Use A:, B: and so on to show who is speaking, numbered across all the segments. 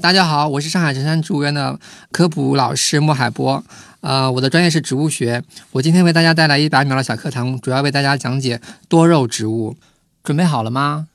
A: 大家好，我是上海城山植物园的科普老师莫海波。呃，我的专业是植物学。我今天为大家带来一百秒的小课堂，主要为大家讲解多肉植物。准备好了吗？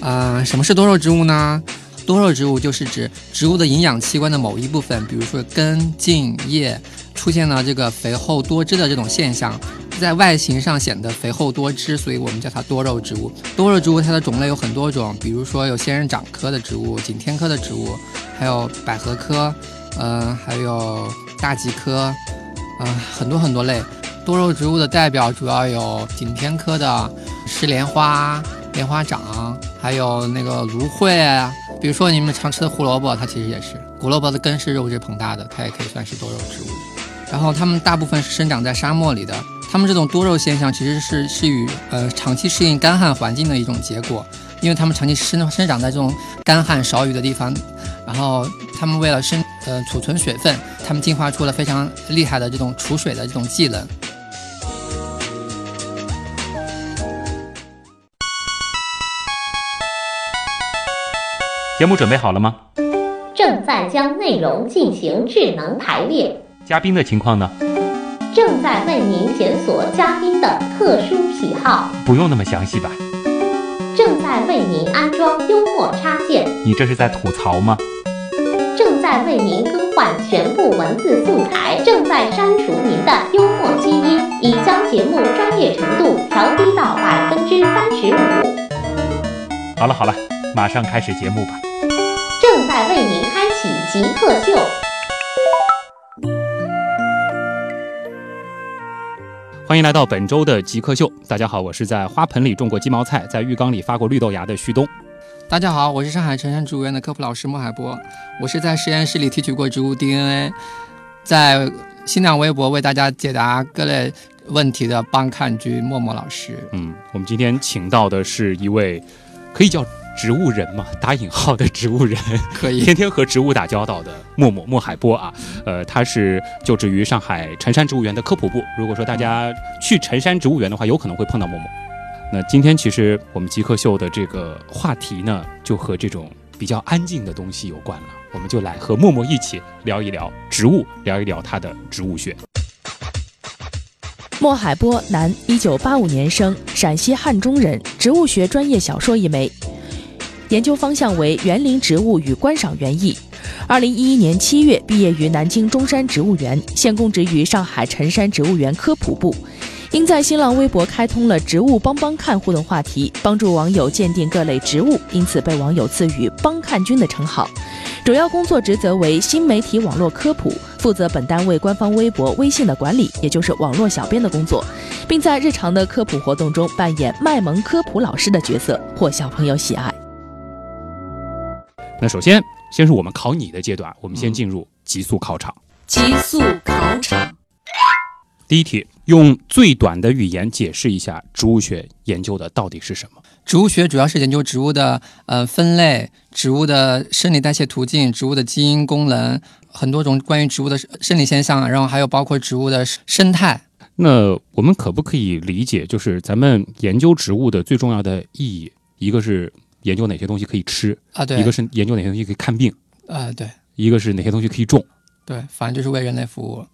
A: 啊、什么是多肉植物呢？多肉植物就是指植物的营养器官的某一部分，比如说根、茎、叶，出现了这个肥厚多汁的这种现象，在外形上显得肥厚多汁，所以我们叫它多肉植物。多肉植物它的种类有很多种，比如说有仙人掌科的植物、景天科的植物，还有百合科，嗯、还有大戟科，嗯、很多很多类。多肉植物的代表主要有景天科的石莲花、莲花掌，还有那个芦荟啊。比如说你们常吃的胡萝卜，它其实也是胡萝卜的根是肉质膨大的，它也可以算是多肉植物。然后它们大部分是生长在沙漠里的。它们这种多肉现象其实是是与呃长期适应干旱环境的一种结果，因为它们长期生生长在这种干旱少雨的地方，然后它们为了生呃储存水分，它们进化出了非常厉害的这种储水的这种技能。
B: 节目准备好了吗？
C: 正在将内容进行智能排列，
B: 嘉宾的情况呢？
C: 正在为您检索嘉宾的特殊喜好，
B: 不用那么详细吧？
C: 正在为您安装幽默插件，
B: 你这是在吐槽吗？
C: 正在为您更换全部文字素材，正在删除您的幽默基因，已将节目专业程度调低到百分之三十五。
B: 好了好了，马上开始节目吧。
C: 正在为您开启极客秀，
B: 欢迎来到本周的极客秀，大家好，我是在花盆里种过鸡毛菜，在浴缸里发过绿豆芽的旭东。
A: 大家好，我是上海城山植物园的科普老师莫海波，我是在实验室里提取过植物 DNA，在新浪微博为大家解答各类问题的帮看君默默老师。
B: 嗯，我们今天请到的是一位可以叫植物人嘛，打引号的植物人，
A: 可以，
B: 天天和植物打交道的默默莫海波啊，呃，他是就职于上海辰山植物园的科普部。如果说大家去辰山植物园的话，有可能会碰到默默。那今天其实我们极客秀的这个话题呢，就和这种比较安静的东西有关了。我们就来和默默一起聊一聊植物，聊一聊它的植物学。
D: 莫海波，男，一九八五年生，陕西汉中人，植物学专业小说一枚，研究方向为园林植物与观赏园艺。二零一一年七月毕业于南京中山植物园，现供职于上海辰山植物园科普部。因在新浪微博开通了“植物帮帮看”互动话题，帮助网友鉴定各类植物，因此被网友赐予“帮看君”的称号。主要工作职责为新媒体网络科普，负责本单位官方微博、微信的管理，也就是网络小编的工作，并在日常的科普活动中扮演卖萌科普老师的角色，获小朋友喜爱。
B: 那首先，先是我们考你的阶段，我们先
A: 嗯
B: 进入极速考场。
E: 极速考场，
B: 第一题，用最短的语言解释一下植物学研究的到底是什么？
A: 植物学主要是研究植物的呃分类、植物的生理代谢途径、植物的基因功能，很多种关于植物的生生理现象，然后还有包括植物的生态。
B: 那我们可不可以理解，就是咱们研究植物的最重要的意义，一个是研究哪些东西可以吃，
A: 啊，对，
B: 一个是研究哪些东西可以看病，
A: 呃，对
B: 一个是哪些东西可以种。
A: 对，反正就是为人类服务。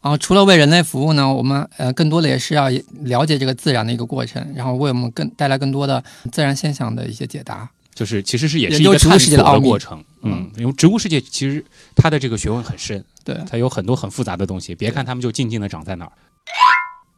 A: 啊，除了为人类服务呢，我们呃更多的也是要了解这个自然的一个过程，然后为我们更带来更多的自然现象的一些解答。
B: 就是其实是也是
A: 研
B: 一
A: 究
B: 个
A: 植物
B: 探
A: 世界的
B: 索
A: 奥
B: 的
A: 秘
B: 过程，嗯，因为植物世界其实它的这个学问很深，
A: 对，
B: 它有很多很复杂的东西。别看它们就静静的长在那儿，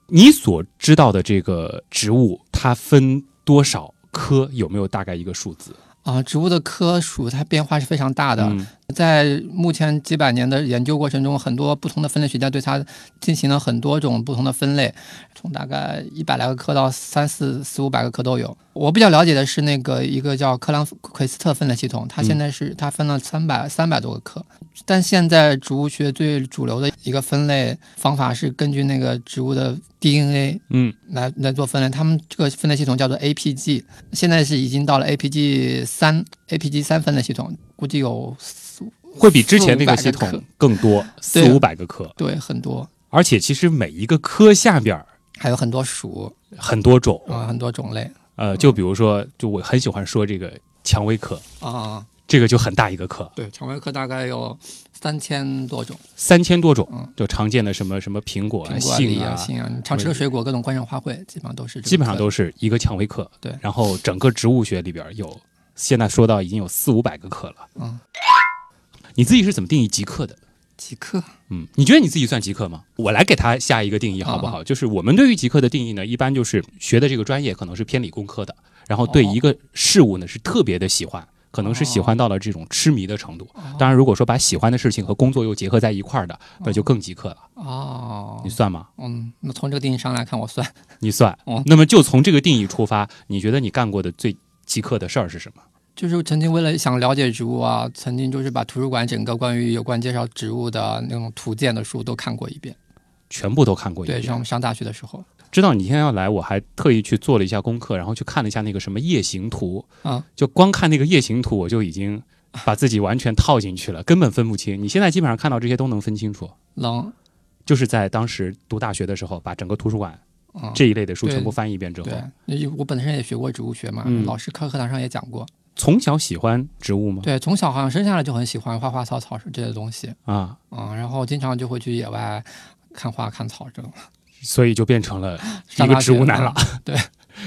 B: 你所知道的这个植物，它分多少科，有没有大概一个数字？
A: 啊、植物的科属它变化是非常大的，
B: 嗯
A: 在目前几百年的研究过程中，很多不同的分类学家对它进行了很多种不同的分类，从大概一百来个科到三四四五百个科都有。我比较了解的是那个一个叫克朗奎斯特分类系统，它现在是它分了三百三百多个科，但现在植物学最主流的一个分类方法是根据那个植物的 DNA
B: 嗯，
A: 来来做分类，他们这个分类系统叫做 APG，现在是已经到了 APG 三 APG 三分类系统，估计有四
B: 会比之前那个
A: 400
B: 系
A: 个
B: 统
A: 科
B: 更多，四
A: 对
B: 五百个科，
A: 对很多，
B: 而且其实每一个科下边儿
A: 还有很多属
B: 很多种，
A: 啊、很多种类，
B: 呃，就比如说，就我很喜欢说这个蔷薇科，
A: 啊，
B: 这个就很大一个科，
A: 对，蔷薇科大概有三千多种，
B: 三千多种
A: 嗯，
B: 就常见的什么什么苹果啊、
A: 苹果、梨
B: 杏
A: 啊、
B: 啊，
A: 杏啊，你常吃的水果，各种观赏花卉，基本上都是这个科。
B: 基本上都是一个蔷薇科。
A: 对
B: 然后整个植物学里边有，现在说到已经有四五百个科了。
A: 嗯，
B: 你自己是怎么定义极客的？
A: 几克。
B: 嗯，你觉得你自己算极客吗？我来给他下一个定义
A: 啊
B: 好不好？就是我们对于极客的定义呢，一般就是学的这个专业可能是偏理工科的，然后对
A: 哦
B: 一个事物呢是特别的喜欢，可能是喜欢到了这种痴迷的程度。
A: 哦
B: 当然，如果说把喜欢的事情和工作又结合在一块儿的，那就更极客了。
A: 哦
B: 你，算吗？
A: 嗯，那从这个定义上来看，我算
B: 你算
A: 哦。
B: 那么就从这个定义出发，你觉得你干过的最极客的事儿是什么？
A: 就是曾经为了想了解植物啊，曾经就是把图书馆整个关于有关介绍植物的那种图鉴的书都看过一遍。
B: 全部都看过一
A: 对，像我
B: 遍。
A: 们上大学的时候，
B: 知道你今天要来，我还特意去做了一下功课，然后去看了一下那个什么夜行图
A: 啊，
B: 就光看那个夜行图，我就已经把自己完全套进去了，根本分不清。你现在基本上看到这些都能分清楚，
A: 狼，
B: 就是在当时读大学的时候，把整个图书馆
A: 嗯，
B: 这一类的书
A: 对
B: 全部翻一遍之后，
A: 对，因为我本身也学过植物学嘛，
B: 嗯
A: 老师课课堂上也讲过。
B: 从小喜欢植物吗？
A: 对，从小好像生下来就很喜欢花花草草这些东西，
B: 啊，
A: 嗯，然后经常就会去野外看花看草这种。
B: 所以就变成了 一
A: 上
B: 个
A: 大
B: 植
A: 学
B: 物男了
A: 嗯。对，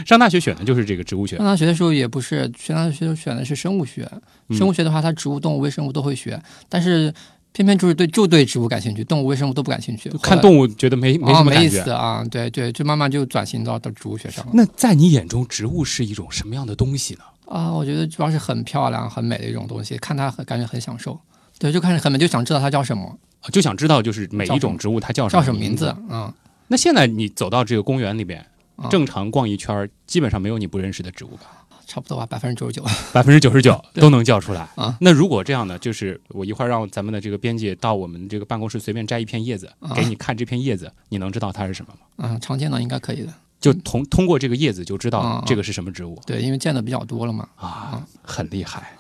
B: 上大学选的就是这个植物学
A: 上。大学的时候也不是，上大学选的是生物学。
B: 嗯
A: 生物学的话，它植物、动物、微生物都会学，但是偏偏就是对就对植物感兴趣，动物、微生物都不感兴趣。
B: 看动物觉得没没
A: 啊、
B: 什么
A: 没
B: 感
A: 意
B: 觉。
A: 思啊，对对，就慢慢就转型到到植物学上了。
B: 那在你眼中，植物是一种什么样的东西呢？
A: 啊，我觉得主要是很漂亮、很美的一种东西，看它很感觉很享受。对，就看着很美，就想知道它叫什么，
B: 啊就想知道，就是每一
A: 叫什
B: 种
A: 么
B: 植物它叫
A: 叫
B: 什
A: 什
B: 么
A: 么名
B: 字
A: 字。啊、
B: 那现在你走到这个公园里边，
A: 啊
B: 正常逛一圈儿，基本上没有你不认识的植物吧？
A: 差不多吧，百分之九十九。
B: 百分之九十九
A: 对
B: 都能叫出来
A: 啊。
B: 那如果这样呢，就是我一会儿让咱们的这个编辑到我们这个办公室随便摘一片叶子，
A: 啊
B: 给你看这片叶子，你能知道它是什么吗？
A: 嗯，常见的应该可以的。
B: 就通通过这个叶子就知道
A: 啊
B: 这个是什么植物。
A: 对，因为见的比较多了嘛。
B: 啊，很厉害。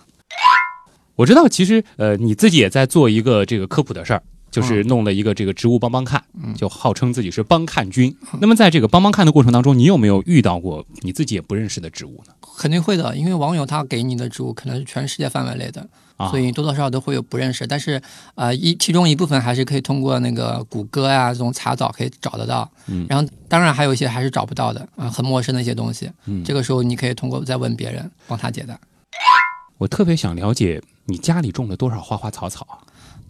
B: 我知道，其实呃，你自己也在做一个这个科普的事儿，就是弄了一个这个植物帮帮看，
A: 嗯
B: 就号称自己是帮看君。那么在这个帮帮看的过程当中，你有没有遇到过你自己也不认识的植物呢？
A: 肯定会的，因为网友他给你的植物可能是全世界范围内的，
B: 啊
A: 所以多多少少都会有不认识。但是，呃，一其中一部分还是可以通过那个谷歌呀、这种查找可以找得到。
B: 嗯
A: 然后当然还有一些还是找不到的啊、很陌生的一些东西。
B: 嗯
A: 这个时候你可以通过再问别人帮他解答。
B: 我特别想了解你家里种了多少花花草草啊，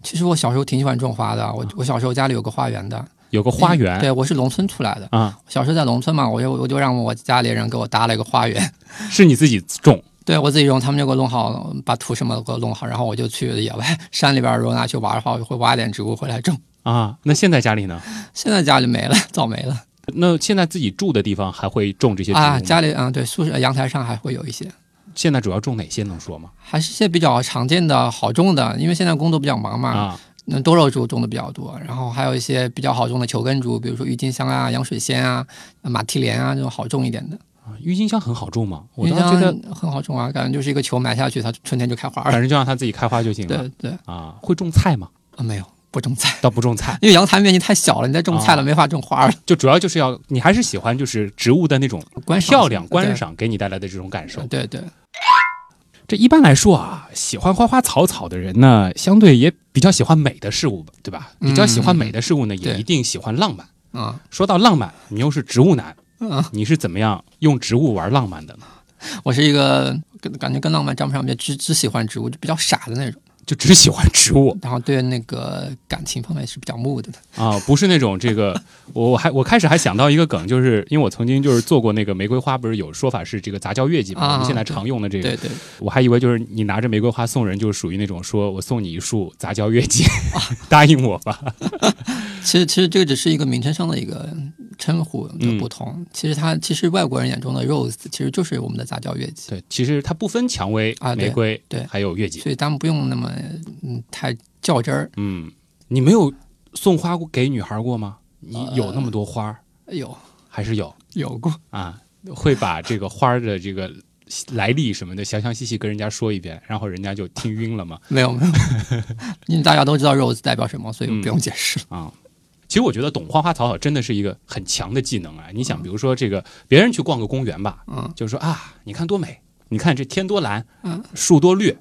A: 其实我小时候挺喜欢种花的，我我小时候家里有个花园的
B: 有个啊花园
A: 对，我是农村出来的，
B: 啊，
A: 小时候在农村嘛，我就我就让我家里人给我搭了一个花园，
B: 是你自己种
A: 对我自己用，他们就给我弄好，把土什么的给我弄好，然后我就去野外山里边儿如果拿去玩的话，我就会挖点植物回来种。
B: 啊。那现在家里呢？
A: 现在家里没了，早没了
B: 那现在自己住的地方还会种这些植物吗
A: 啊！家里啊，对，宿舍阳台上还会有一些，
B: 现在主要种哪些能说吗？
A: 还是一些比较常见的好种的，因为现在工作比较忙嘛，
B: 啊，
A: 那多肉植物种的比较多，然后还有一些比较好种的球根植物，比如说郁金香啊、洋水仙啊、马蹄莲啊这种好种一点的。
B: 啊郁金香很好种吗？我
A: 郁
B: 倒
A: 金
B: 是觉得
A: 香很好种啊，感觉就是一个球埋下去，它春天就开花
B: 反
A: 了。
B: 正就让它自己开花就行了。
A: 对对
B: 啊，会种菜吗？
A: 啊，没有不种菜，
B: 倒不种菜，
A: 因为阳台面积太小了，你再种菜了、
B: 啊
A: 没法种花了。
B: 就主要就是要你还是喜欢就是植物的那种
A: 观赏
B: 漂
A: 性
B: 亮观赏给你带来的这种感受。
A: 对对，
B: 这一般来说啊，喜欢花花草草的人呢，相对也比较喜欢美的事物吧，对吧？比较喜欢美的事物呢，也
A: 嗯对
B: 一定喜欢浪漫。
A: 啊、
B: 说到浪漫，你又是植物男，
A: 嗯，
B: 你是怎么样用植物玩浪漫的呢？
A: 我是一个跟感觉跟浪漫沾不上边，只只喜欢植物，就比较傻的那种。
B: 就只喜欢植物
A: 然后对那个感情方面是比较木的。
B: 啊，不是那种这个，我我还我开始还想到一个梗，就是因为我曾经就是做过那个玫瑰花，不是有说法是这个杂交月季嘛，我们
A: 啊
B: 现在
A: 对
B: 常用的这个，
A: 对对，
B: 我还以为就是你拿着玫瑰花送人，就是属于那种说我送你一束杂交月季， 答应我吧。
A: 其实其实这个只是一个名称上的一个称呼的不同。其实它其实外国人眼中的 rose 其实就是我们的杂交月季，
B: 对，其实它不分蔷薇、
A: 啊对
B: 玫瑰，
A: 对
B: 还有月季。
A: 所以咱们不用那么嗯太较真儿。
B: 嗯，你没有送花给女孩过吗？你有那么多花儿，
A: 有
B: 还是有
A: 有过，
B: 啊？会把这个花儿的这个来历什么的详详细细跟人家说一遍，然后人家就听 晕了吗？
A: 没有没有，因为大家都知道 rose 代表什么，所以
B: 嗯
A: 不用解释了。
B: 啊，其实我觉得懂花花草草真的是一个很强的技能啊！你想，比如说这个别人去逛个公园吧，
A: 嗯，
B: 就是说啊，你看多美，你看这天多蓝，
A: 嗯
B: 树多绿，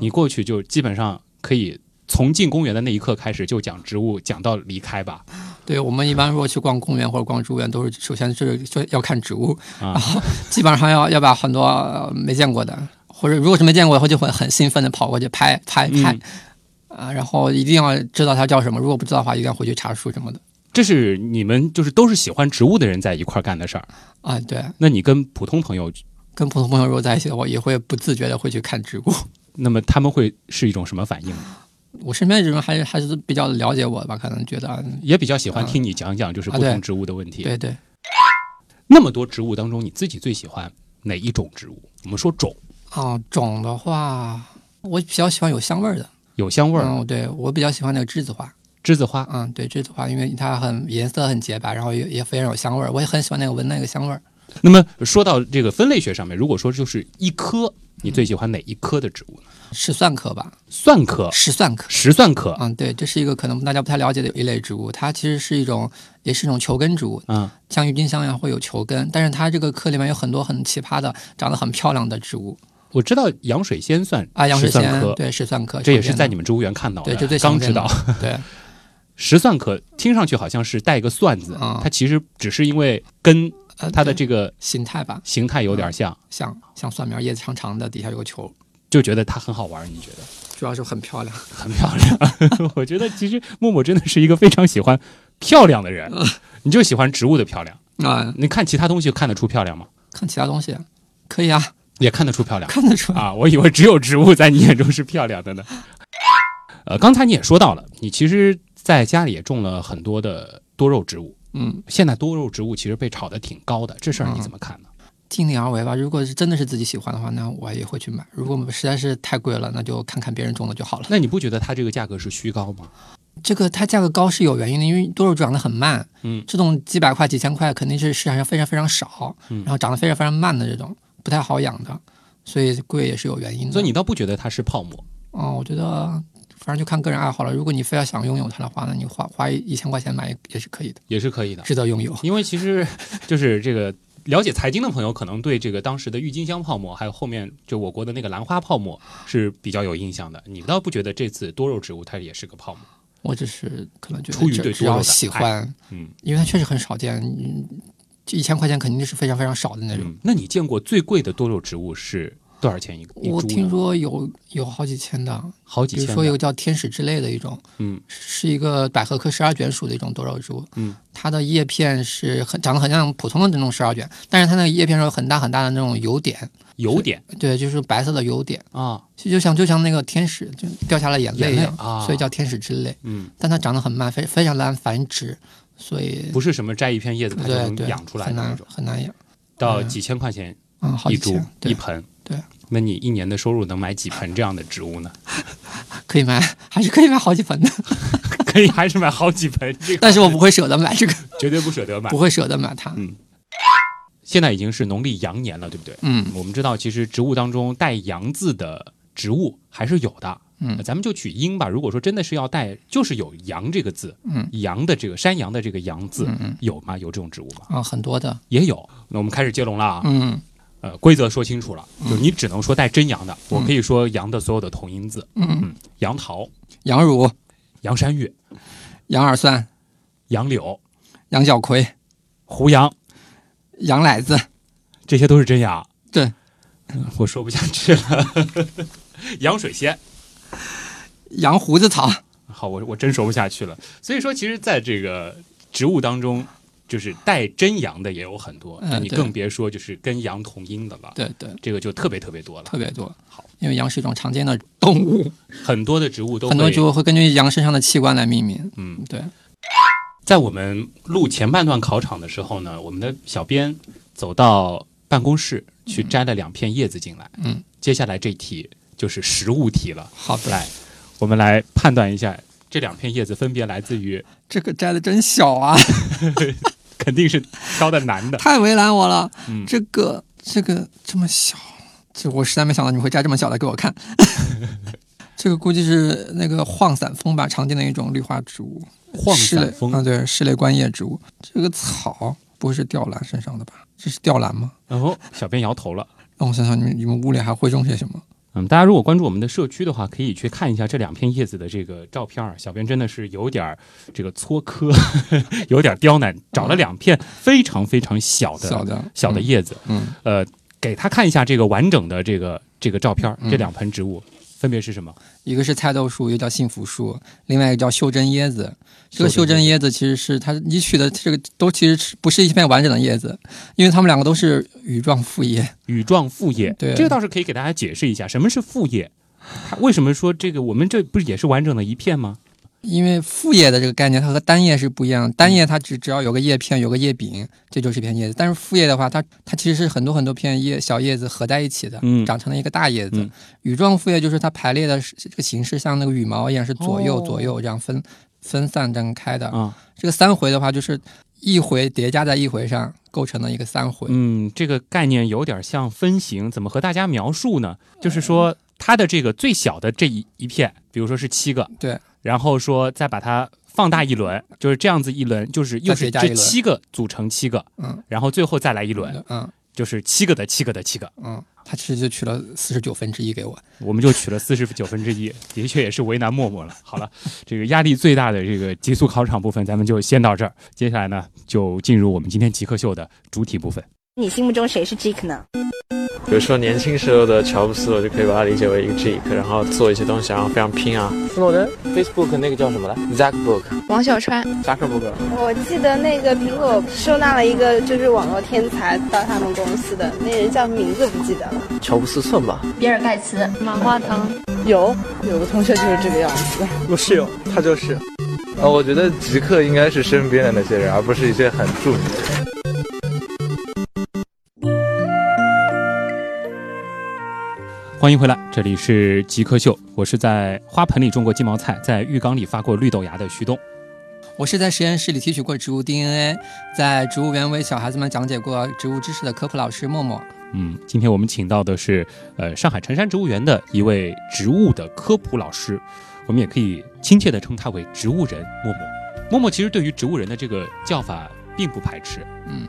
B: 你过去就基本上可以从进公园的那一刻开始就讲植物，讲到离开吧。
A: 对我们一般如果去逛公园或者逛植物园，都是首先是说要看植物，
B: 啊
A: 然后基本上要要把很多呃没见过的，或者如果是没见过的话，就会很兴奋的跑过去拍拍拍
B: 嗯，
A: 啊，然后一定要知道它叫什么，如果不知道的话，一定要回去查书什么的。
B: 这是你们就是都是喜欢植物的人在一块儿干的事儿。
A: 啊，对，
B: 那你跟普通朋友，
A: 跟普通朋友如果在一起的话，也会不自觉的会去看植物。
B: 那么他们会是一种什么反应？
A: 嗯我身边的人还是还是比较了解我吧，可能觉得，嗯
B: 也比较喜欢听你讲讲就是不
A: 啊
B: 同
A: 对
B: 植物的问题。
A: 对对，
B: 那么多植物当中，你自己最喜欢哪一种植物？我们说种
A: 啊、种的话，我比较喜欢有香味儿的，
B: 有香味儿，
A: 嗯，对我比较喜欢那个栀子花，
B: 栀子花。
A: 嗯，对栀子花，因为它很颜色很洁白，然后也也非常有香味儿，我也很喜欢那个闻那个香味儿。
B: 那么说到这个分类学上面，如果说就是一科，你最喜欢哪一科的植物呢？
A: 石蒜科吧，
B: 蒜科、
A: 石蒜科，
B: 石蒜科。
A: 嗯，对，这是一个可能大家不太了解的一类植物，它其实是一种也是一种球根植物，
B: 嗯，
A: 像郁金香一样会有球根，但是它这个科里面有很多很奇葩的、长得很漂亮的植物
B: 我知道洋水仙算
A: 啊，洋
B: 石
A: 水
B: 蒜
A: 仙
B: 科，，
A: 对，石蒜科，
B: 这也
A: 常
B: 是
A: 见
B: 在
A: 的
B: 你们植物园看到的，
A: 对，这最
B: 刚
A: 常
B: 知
A: 见的
B: 道。，
A: 对，
B: 石蒜科听上去好像是带一个“蒜”字
A: 嗯，
B: 它其实只是因为跟
A: 呃
B: 它的
A: 对啊
B: 这个
A: 形态吧，
B: 形态有点像，
A: 像像蒜苗叶子长长的，底下有个球，
B: 就觉得它很好玩。你觉得？
A: 主要是很漂亮。
B: 很漂亮。 我觉得其实默默真的是一个非常喜欢漂亮的人，你就喜欢植物的漂亮。
A: 啊、
B: 你看其他东西看得出漂亮吗？
A: 看其他东西可以啊，
B: 也看得出漂亮
A: 看得出来。
B: 啊！我以为只有植物在你眼中是漂亮的呢。呃，刚才你也说到了，你其实在家里也种了很多的多肉植物。
A: 嗯，
B: 现在多肉植物其实被炒得挺高的，这事儿你怎么看呢？
A: 尽力而为吧。如果是真的是自己喜欢的话，那我也会去买。如
B: 嗯
A: 果实在是太贵了，那就看看别人种的就好了。
B: 那你不觉得它这个价格是虚高吗？
A: 这个它价格高是有原因的，因为多肉长得很慢，
B: 嗯，
A: 这种几百块、几千块肯定是市场上非常非常少，
B: 嗯
A: 然后长得非常非常慢的这种，不太好养的，所以贵也是有原因的。
B: 所以你倒不觉得它是泡沫，
A: 嗯，我觉得反正就看个人爱好了。如果你非要想拥有它的话，那你花花一千块钱买也是可以的，
B: 也是可以的。
A: 值得拥有。
B: 因为其实就是这个了解财经的朋友，可能对这个当时的郁金香泡沫，还有后面就我国的那个兰花泡沫是比较有印象的。你倒不觉得这次多肉植物它也是个泡沫？
A: 我只是可能觉得
B: 出于
A: 只
B: 对
A: 只
B: 多肉
A: 要
B: 的
A: 喜
B: 爱
A: 欢，
B: 嗯
A: 因为它确实很少见，嗯就一千块钱肯定是非常非常少的那种。
B: 嗯，那你见过最贵的多肉植物是多少钱一一
A: 我
B: 株呢？
A: 听说有有好几千的，
B: 好几
A: 比如
B: 千
A: 说有
B: 的。
A: 个叫天使之类的一种，
B: 嗯，
A: 是一个百合科十二卷属的一种多肉植物，
B: 嗯，
A: 它的叶片是很长得很像普通的那种十二卷，但是它那个叶片上有很大很大的那种油点，
B: 有点
A: 对，就是白色的油点，
B: 啊，
A: 就就像就像那个天使就掉下了眼泪一
B: 眼
A: 样，
B: 泪啊
A: 所以叫天使之泪，
B: 嗯，
A: 但它长得很慢，非非常难繁殖，所以
B: 不是什么摘一片叶子它就
A: 对
B: 能
A: 对
B: 养出来
A: 很
B: 的那
A: 难
B: 种，
A: 很难养，
B: 到
A: 嗯
B: 几千块钱
A: 嗯，好
B: 一
A: 几
B: 株
A: 千，
B: 一
A: 对，
B: 盆。
A: 对，
B: 那你一年的收入能买几盆这样的植物呢？
A: 可以买， 还是可以买好几盆的，
B: 可以还是买好几盆，这个
A: 但是我不会舍得买这个，
B: 绝对不舍得买
A: 不。会舍得买它，
B: 嗯现在已经是农历羊年了，对不对？
A: 嗯
B: 我们知道，其实植物当中带“羊”字的植物还是有的。
A: 嗯
B: 咱们就取阴吧。如果说真的是要带，就是有“羊”这个字，
A: 嗯，
B: 羊的这个山羊的这个“羊”字
A: 嗯嗯
B: 有吗？有这种植物吗？
A: 啊，很多的，
B: 也有。那我们开始接龙了啊。
A: 嗯。
B: 呃，规则说清楚了，就你只能说带真羊的，我可以说羊的所有的同音字，
A: 嗯，
B: 杨桃、
A: 羊乳、
B: 杨山芋、
A: 羊耳蒜、
B: 杨柳、
A: 羊角葵、
B: 胡杨，
A: 羊奶子，
B: 这些都是真羊。
A: 对
B: 嗯，我说不下去了。 羊水仙。
A: 羊胡子草。
B: 好，我我真说不下去了。所以说，其实在这个植物当中，就是带真阳的也有很多，
A: 嗯
B: 那你
A: 对
B: 更别说就是跟阳同音的了，
A: 对对，
B: 这个就特别特别多了。
A: 特别多。
B: 好，
A: 因为羊是一种常见的动物，
B: 很多的植物都
A: 很多
B: 会
A: 植物会根据羊身上的器官来命名。
B: 嗯，
A: 对，
B: 在我们录前半段考场的时候呢，我们的小编走到办公室去摘了两片叶子进来。
A: 嗯，
B: 接下来这题就是实物题了，
A: 好的。
B: 来，我们来判断一下这两片叶子分别来自于，
A: 这个摘的真小啊，
B: 肯定是挑的 男的。
A: 太为难我了。
B: 嗯
A: 这个这个这么小，这我实在没想到你会摘这么小的给我 看。这个估计是那个晃伞风吧，常见的一种绿化植物。
B: 晃
A: 室
B: 散
A: 内
B: 风
A: 啊，对，室内观叶植物。这个草不会是吊兰身上的吧？这是吊兰吗？
B: 然后小编摇头了。
A: 让我想想，你们你们屋里还会种些什么？
B: 嗯，大家如果关注我们的社区的话，可以去看一下这两片叶子的这个照片儿。啊小编真的是有点儿这个搓科， 有点儿刁难，找了两片非常非常小的
A: 小的
B: 小的，叶子，
A: 嗯嗯，
B: 呃，给他看一下这个完整的这个这个照片儿，
A: 嗯
B: 这两盆植物分别是什么？
A: 一个是菜豆树，一个叫幸福树，另外一个叫袖珍椰子。这个
B: 袖
A: 袖
B: 珍
A: 珍椰子其实是它，你取的这个都其实是不是一片完整的叶子，因为它们两个都是羽状复叶。
B: 羽状复叶，
A: 嗯对
B: 这个倒是可以给大家解释一下，什么是复叶？它为什么说这个我们这不是也是完整的一片吗？
A: 因为复叶的这个概念，它和单叶是不一样。单叶它只只要有个叶片，有个叶柄，这就是一片叶子。但是复叶的话，它它其实是很多很多片叶小叶子合在一起的，
B: 嗯
A: 长成了一个大叶子。
B: 嗯
A: 羽状复叶就是它排列的是这个形式像那个羽毛一样，是左右
B: 哦
A: 左右这样分、分散展开的。
B: 啊，
A: 这个三回的话，就是一回叠加在一回上，构成了一个三回。
B: 嗯，这个概念有点像分形，怎么和大家描述呢？就是说它的这个最小的这一一片，比如说是七个，
A: 对，
B: 然后说再把它放大一轮，就是这样子一轮，就是又
A: 再
B: 是
A: 叠加
B: 这
A: 一轮
B: 七个组成七个，
A: 嗯，
B: 然后最后再来一轮，
A: 嗯
B: 就是七个的七个的七个，
A: 嗯，他其实就取了四十九分之一给我。
B: 我们就取了四十九分之一，的确也是为难默默了。好了，这个压力最大的这个极速考场部分，咱们就先到这儿，接下来呢就进入我们今天极客秀的主体部分。
F: 你心目中谁是 Jake 呢？
G: 比如说年轻时候的乔布斯，我就可以把它理解为一个 geek，然后做一些东西，然后非常拼啊。什么人？Facebook 那个叫什么来？Zackbook。
H: 王小川，
G: 扎克伯格。
I: 我记得那个苹果收纳了一个就是网络天才到他们公司的那人叫名字不记得了。
G: 乔布斯算吧。
H: 比尔盖茨，马化腾，
I: 有有个同学就是这个样子。
G: 我室友，他就是。
J: 呃，我觉得极客应该是身边的那些人，而不是一些很著名的人。
B: 欢迎回来，这里是极客秀，我是在花盆里种过鸡毛菜，在浴缸里发过绿豆芽的徐东。
A: 我是在实验室里提取过植物 DNA，在植物园为小孩子们讲解过植物知识的科普老师默默。
B: 嗯，今天我们请到的是呃上海辰山植物园的一位植物的科普老师，我们也可以亲切地称他为植物人默默。默默其实对于植物人的这个叫法并不排斥，
A: 嗯，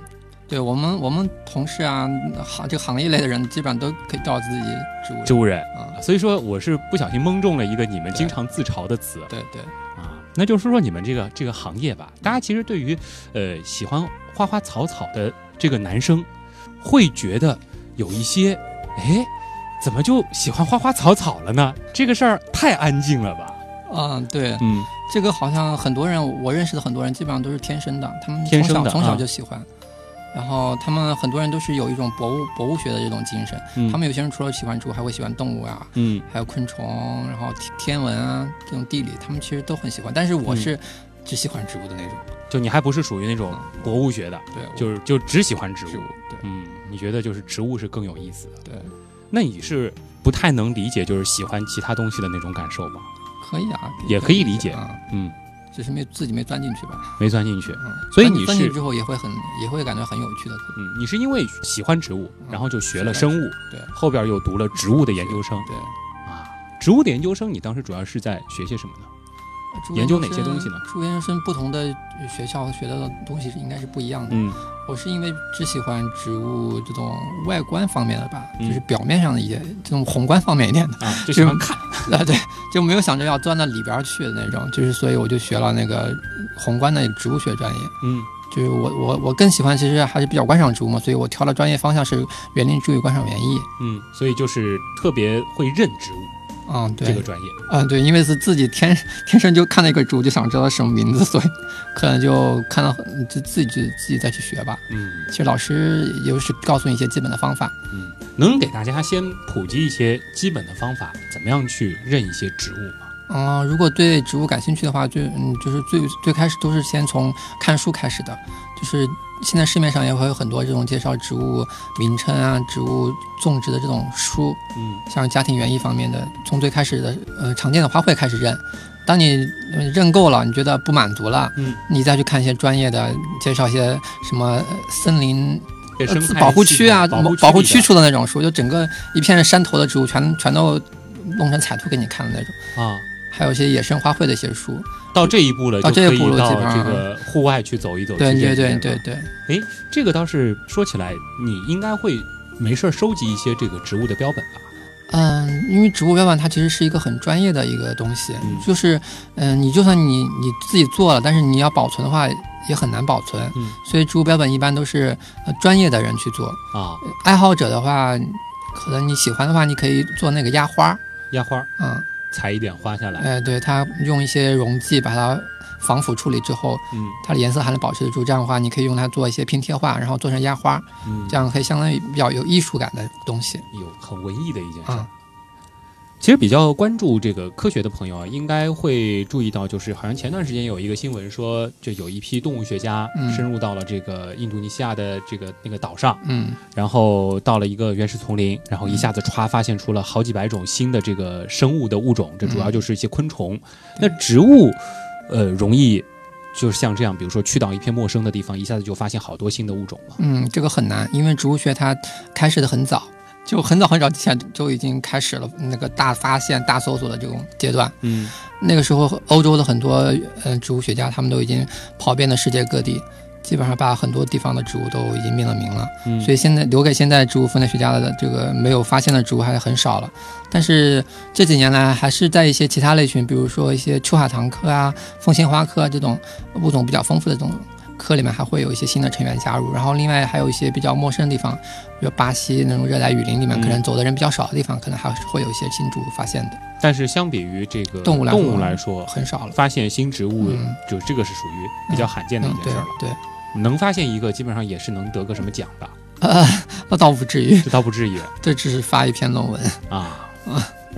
A: 对我们我们同事啊，行这个行业类的人，基本上都可以叫自己植物
B: 植物人。
A: 啊、
B: 所以说我是不小心蒙中了一个你们经常自嘲的词
A: 对对，
B: 啊，那就说说你们这个这个行业吧。大家其实对于呃喜欢花花草草的这个男生，会觉得有一些，哎，怎么就喜欢花花草草了呢？这个事儿太安静了吧？
A: 嗯对，
B: 嗯，
A: 这个好像很多人，我认识的很多人基本上都是天生的，他们
B: 天
A: 从小
B: 生的
A: 从
B: 啊
A: 小就喜欢。然后他们很多人都是有一种博物博物学的这种精神，
B: 嗯
A: 他们有些人除了喜欢植物，还会喜欢动物啊，
B: 嗯
A: 还有昆虫，然后天天文啊这种地理，他们其实都很喜欢。但是我
B: 嗯
A: 是只喜欢植物的那种，
B: 就你还不是属于那种博物学的，
A: 对，我
B: 就是就只喜欢植
A: 植
B: 物
A: 物。，对
B: 嗯，你觉得就是植物是更有意思的？
A: 对，
B: 那你是不太能理解就是喜欢其他东西的那种感受吗？
A: 可以啊，
B: 也可以理解
A: 啊，
B: 嗯，
A: 只是没自己没钻进去吧。
B: 没钻进去。
A: 嗯，
B: 所以
A: 但
B: 你
A: 钻进
B: 是
A: 去之后也会很也会感觉很有趣的，可能
B: 嗯，你是因为喜欢植物，然后就学了
A: 嗯学了
B: 生物，
A: 对
B: 后边又读了植物的研究生
A: 对。
B: 啊。植物的研究生，你当时主要是在学些什么呢？
A: 植物
B: 研究哪
A: 生
B: 些东西呢
A: 植物研究生不同的学校学的东西是应该是不一样的。
B: 嗯
A: 我是因为只喜欢植物这种外观方面的吧，
B: 嗯
A: 就是表面上的一些这种宏观方面一点的
B: 啊，就喜欢看
A: 啊，对，就没有想着要钻到里边儿去的那种，就是所以我就学了那个宏观的植物学专业。
B: 嗯
A: 就是我我我更喜欢，其实还是比较观赏植物嘛，所以我挑的专业方向是园林植物与观赏园艺。
B: 嗯，所以就是特别会认植物
A: 嗯，对，
B: 这个专业。
A: 嗯，对，因为是自己天天生就看到一个猪，就想知道什么名字，所以可能就看到很就自己就自己再去学吧。
B: 嗯
A: 其实老师也就是告诉你一些基本的方法。
B: 嗯，能给大家先普及一些基本的方法，怎么样去认一些植物吗？
A: 嗯、如果对植物感兴趣的话，就嗯，就是最最开始都是先从看书开始的，就是现在市面上也会有很多这种介绍植物名称啊、植物种植的这种书，
B: 嗯
A: 像家庭园艺方面的，从最开始的呃常见的花卉开始认。当你呃认够了，你觉得不满足了，
B: 嗯，
A: 你再去看一些专业的介绍一些什么呃森林
B: 这
A: 呃
B: 生
A: 自
B: 态
A: 保护
B: 系
A: 区啊、
B: 统保
A: 保护
B: 里
A: 区
B: 的
A: 出的那种书，就整个一片山头的植物全全都弄成彩图给你看的那种。
B: 啊，
A: 还有一些野生花卉的一些书。
B: 到这一步了，
A: 到
B: 就
A: 啊这一
B: 可以
A: 步了
B: 到
A: 基本上
B: 这个户外去走一走。
A: 对
B: 去
A: 对对
B: 见见
A: 对
B: 了
A: 对，
B: 哎，这个倒是说起来，你应该会没事儿收集一些这个植物的标本吧？
A: 嗯，因为植物标本它其实是一个很专业的一个东西，
B: 嗯
A: 就是嗯、你就算你你自己做了，但是你要保存的话也很难保存，
B: 嗯
A: 所以植物标本一般都是、呃、专业的人去做。
B: 啊，
A: 爱好者的话，可能你喜欢的话，你可以做那个压花儿，
B: 压花儿
A: 嗯，
B: 采一点花下来，
A: 哎，对，它用一些溶剂把它防腐处理之后，
B: 嗯
A: 它的颜色还能保持得住。这样的话，你可以用它做一些拼贴画，然后做成压花，
B: 嗯，
A: 这样可以相当于比较有艺术感的东西
B: 有很文艺的一件事儿。
A: 啊。
B: 其实比较关注这个科学的朋友啊，应该会注意到，就是好像前段时间有一个新闻说，这有一批动物学家
A: 嗯
B: 深入到了这个印度尼西亚的这个那个岛上，
A: 嗯
B: 然后到了一个原始丛林，然后一下子歘发现出了好几百种新的这个生物的物种，
A: 嗯
B: 这主要就是一些昆虫。那植物，呃，容易就是像这样，比如说去到一片陌生的地方，一下子就发现好多新的物种嘛。
A: 嗯，这个很难，因为植物学它开始的很早。就很早很早之前就已经开始了那个大发现、大搜索的这种阶段。
B: 嗯，
A: 那个时候，欧洲的很多呃植物学家，他们都已经跑遍了世界各地，基本上把很多地方的植物都已经命了名了。
B: 嗯
A: 所以现在留给现在植物分类学家的这个没有发现的植物还是很少了。但是这几年来，还是在一些其他类群，比如说一些秋海棠科啊、凤仙花科啊这种物种比较丰富的这种科里面，还会有一些新的成员加入。然后另外还有一些比较陌生的地方，比如巴西那种热带雨林里面，
B: 嗯
A: 可能走的人比较少的地方，可能还是会有一些新植物发现的，
B: 但是相比于这个
A: 动物来说
B: 来说，
A: 很少了。
B: 发现新植物、
A: 嗯
B: 就这个是属于比较罕见的
A: 嗯
B: 一件
A: 对
B: 事儿了。
A: 对，
B: 能发现一个，基本上也是能得个什么奖吧，
A: 呃，那倒不至于，
B: 这倒不至于
A: 这只是发一篇论文。
B: 啊，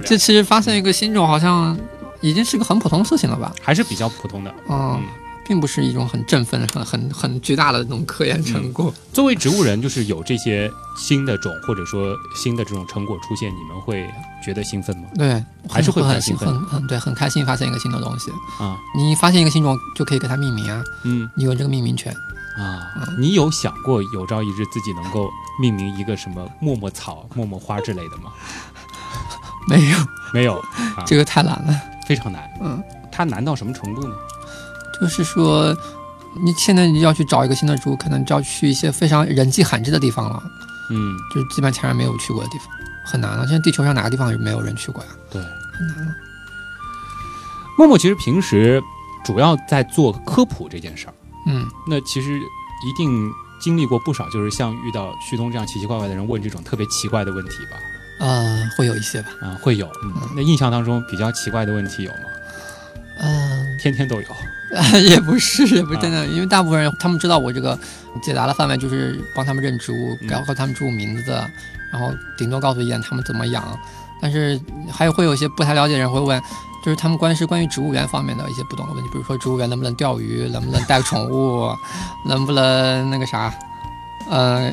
A: 这其实发现一个新种，好像已经是个很普通的事情了吧？
B: 还是比较普通的。
A: 嗯
B: 嗯，
A: 并不是一种很振奋、很很很巨大的那种科研成
B: 嗯
A: 果。
B: 作为植物人，就是有这些新的种或者说新的这种成果出现，你们会觉得兴奋吗？
A: 对，
B: 还是会比较
A: 很
B: 兴奋
A: 很很对，很开心发现一个新的东西。
B: 啊，
A: 你发现一个新种，就可以给它命名啊，
B: 嗯
A: 你有这个命名权。
B: 啊，你有想过有朝一日自己能够命名一个什么默默草、默默花之类的吗？
A: 没有，
B: 没有，
A: 这个太难了。
B: 非常难。
A: 嗯，
B: 它难到什么程度呢？
A: 就是说，你现在你要去找一个新的植物，可能就要去一些非常人迹罕至的地方了，
B: 嗯，
A: 就是基本上前人没有去过的地方，很难了。现在地球上哪个地方是没有人去过呀？
B: 对，很难了。默默其实平时主要在做科普这件事儿，
A: 嗯，
B: 那其实一定经历过不少，就是像遇到旭东这样奇奇怪怪的人问这种特别奇怪的问题吧。
A: 呃，会有一些吧。
B: 啊，会有。嗯，那印象当中比较奇怪的问题有吗？
A: 嗯、
B: 天天都有。
A: 也不是，也不是
B: 啊
A: 真的，因为大部分人他们知道我这个解答的范围就是帮他们认植物，
B: 嗯
A: 然后告诉他们植物名字，然后顶多告诉一点他们怎么养。但是还有会有一些不太了解的人会问，就是他们关于是关于植物园方面的一些不懂的问题，比如说植物园能不能钓鱼，能不能带宠物， 能不能那个啥，呃，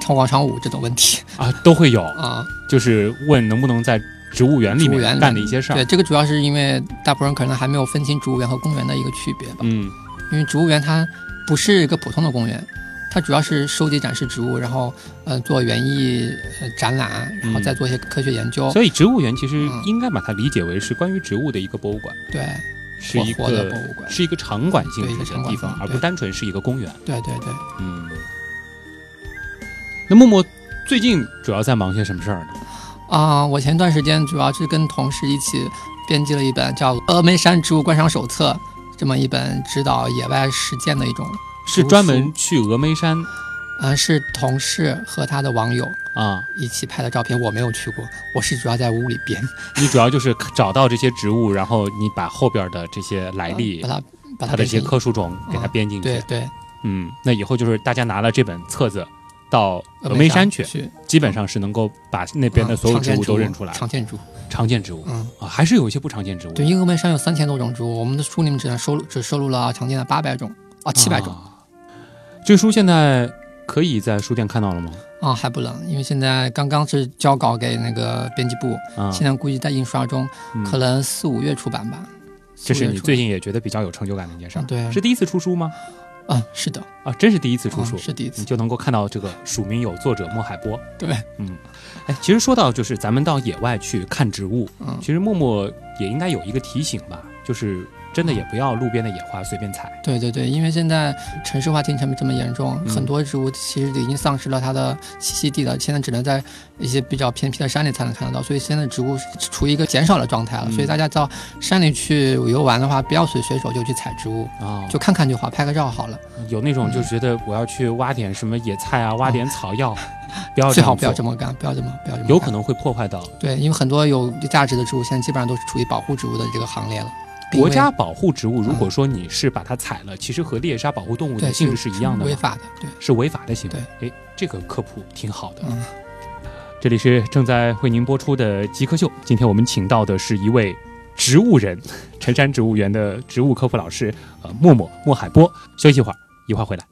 A: 跳广场舞这种问题
B: 啊，都会有，
A: 啊。
B: 就是问能不能在植物园里
A: 植物园
B: 面
A: 里
B: 干的一些事
A: 对，
B: 儿。
A: 这个主要是因为大部分人可能还没有分清植物园和公园的一个区别吧。
B: 嗯，
A: 因为植物园它不是一个普通的公园，它主要是收集展示植物，然后呃做园艺、呃、展览，然后
B: 嗯
A: 再做一些科学研究。
B: 所以植物园其实
A: 哦嗯
B: 应该把它理解为是关于植物的一个博物馆，
A: 对
B: 是一
A: 活活的
B: 个
A: 博物馆
B: 是一个场馆性
A: 对一
B: 质
A: 个
B: 的
A: 场馆
B: 地方
A: 性，
B: 而不
A: 对
B: 单纯是一个公园。
A: 对对对，
B: 嗯。那默默最近主要在忙些什么事儿呢？
A: 啊、我前段时间主要是跟同事一起编辑了一本叫《峨眉山植物观赏手册》这么一本指导野外实践的一种，
B: 是
A: 读
B: 专
A: 书
B: 门去峨眉山
A: 嗯、是同事和他的网友
B: 啊？
A: 一起拍的照片，我没有去过，我是主要在屋里编。
B: 你主要就是找到这些植物，然后你把后边的这些来历
A: 把，它把它
B: 它的
A: 变
B: 这些
A: 成
B: 科属种给它
A: 嗯
B: 编进去。
A: 对对
B: 嗯，那以后就是大家拿了这本册子到峨
A: 峨
B: 眉
A: 眉
B: 山
A: 山
B: 去，
A: 去
B: 基本上是能够把那边的所有
A: 嗯
B: 植物都认出来。
A: 常见植物，
B: 常见植物
A: 嗯，
B: 啊，还是有一些不常见植物。
A: 对，，因为峨眉山有三千多种植物，我们的书里面只能收录只收录了常见的八百种啊，七百种啊、
B: 啊。这书现在可以在书店看到了吗？
A: 啊还不能，因为现在刚刚是交稿给那个编辑部，
B: 啊，
A: 现在估计在印刷中，
B: 嗯
A: 可能四五月出版吧。
B: 这
A: 四
B: 是
A: 五月
B: 你
A: 出
B: 最近也觉得比较有成就感的一件事儿。
A: 嗯对
B: 是第一次出书吗？
A: 嗯，是的，
B: 啊，真是第一次出书，
A: 嗯是第一次
B: 你就能够看到这个署名有作者莫海波。
A: 对，
B: 嗯，哎，其实说到就是咱们到野外去看植物，
A: 嗯
B: 其实默默也应该有一个提醒吧，就是真的也不要路边的野花随便采。
A: 对对对，因为现在城市化进程这么严重，
B: 嗯
A: 很多植物其实已经丧失了它的栖息地了，现在只能在一些比较偏僻的山里才能看得到，所以现在植物是处于一个减少的状态了。
B: 嗯
A: 所以大家到山里去游玩的话，不要随随手就去采植物，
B: 啊、
A: 就看看就好，拍个照好了，
B: 有那种就觉得我要去挖点什么野菜啊，挖点草药， 不要
A: 嗯最好不要
B: 做
A: 这么干，不要这么不要这么干，
B: 有可能会破坏到
A: 对，因为很多有价值的植物现在基本上都是处于保护植物的这个行列了。并
B: 国
A: 为
B: 家保护植物。如果说你是把它采了，其实和猎杀保护动物的
A: 对
B: 性质是一样的嘛，
A: 违法的，对。
B: 是违法的行为。哎，这个科普挺好的。
A: 嗯
B: 这里是正在为您播出的《极客秀》，今天我们请到的是一位植物人，辰山植物园的植物科普老师，呃，默默莫海波。休息一会儿，一会儿回来。